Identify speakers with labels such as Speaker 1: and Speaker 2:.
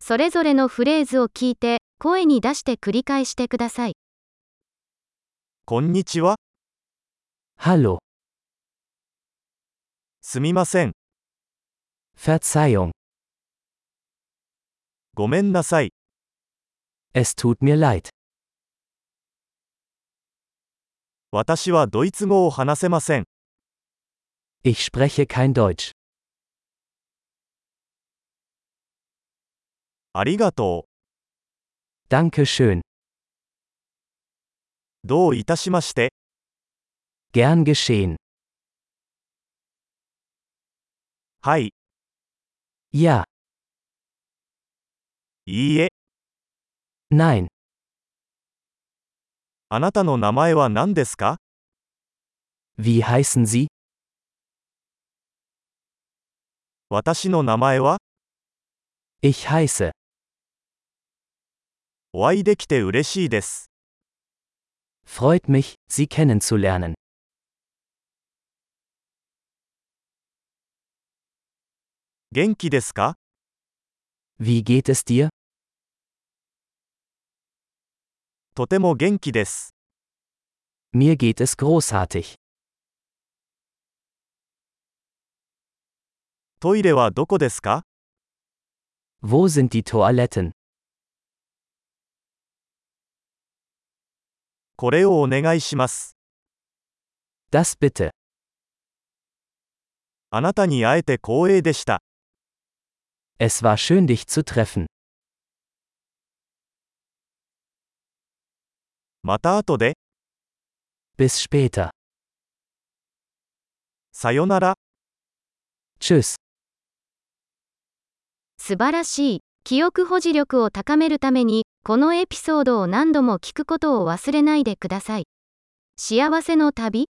Speaker 1: それぞれのフレーズを聞いて、声に出して繰り返してください。
Speaker 2: こんにちは、
Speaker 3: Hallo,
Speaker 2: すみません、
Speaker 3: Verzeihung,
Speaker 2: ごめんなさい、
Speaker 3: es tut mir leid.
Speaker 2: 私はドイツ語を話せません、
Speaker 3: Ich spreche kein Deutsch.
Speaker 2: ありがと
Speaker 3: Danke schön.
Speaker 2: う、どういたしまして、
Speaker 3: Gern geschehen.
Speaker 2: はい、
Speaker 3: Ja,
Speaker 2: いいえ、
Speaker 3: nein.
Speaker 2: あなたの名前は何ですか
Speaker 3: Wie heißen Sie?
Speaker 2: 私の名前は、
Speaker 3: Ich heiße.
Speaker 2: お会いできて嬉しいです。
Speaker 3: Freut mich, Sie kennenzulernen.
Speaker 2: 元気ですか
Speaker 3: Wie geht es dir?
Speaker 2: とても元気です。
Speaker 3: Mir geht es großartig.
Speaker 2: トイレはどこですか
Speaker 3: Wo sind die Toiletten?
Speaker 2: これをお願いします。
Speaker 3: Das bitte.
Speaker 2: あなたに会えて光栄でした。
Speaker 3: Es war schön, dich zu treffen.
Speaker 2: また後で、
Speaker 3: Bis später.
Speaker 2: さよなら。
Speaker 3: Tschüss.
Speaker 1: 素晴らしい。記憶保持力を高めるために、このエピソードを何度も聞くことを忘れないでください。幸せの旅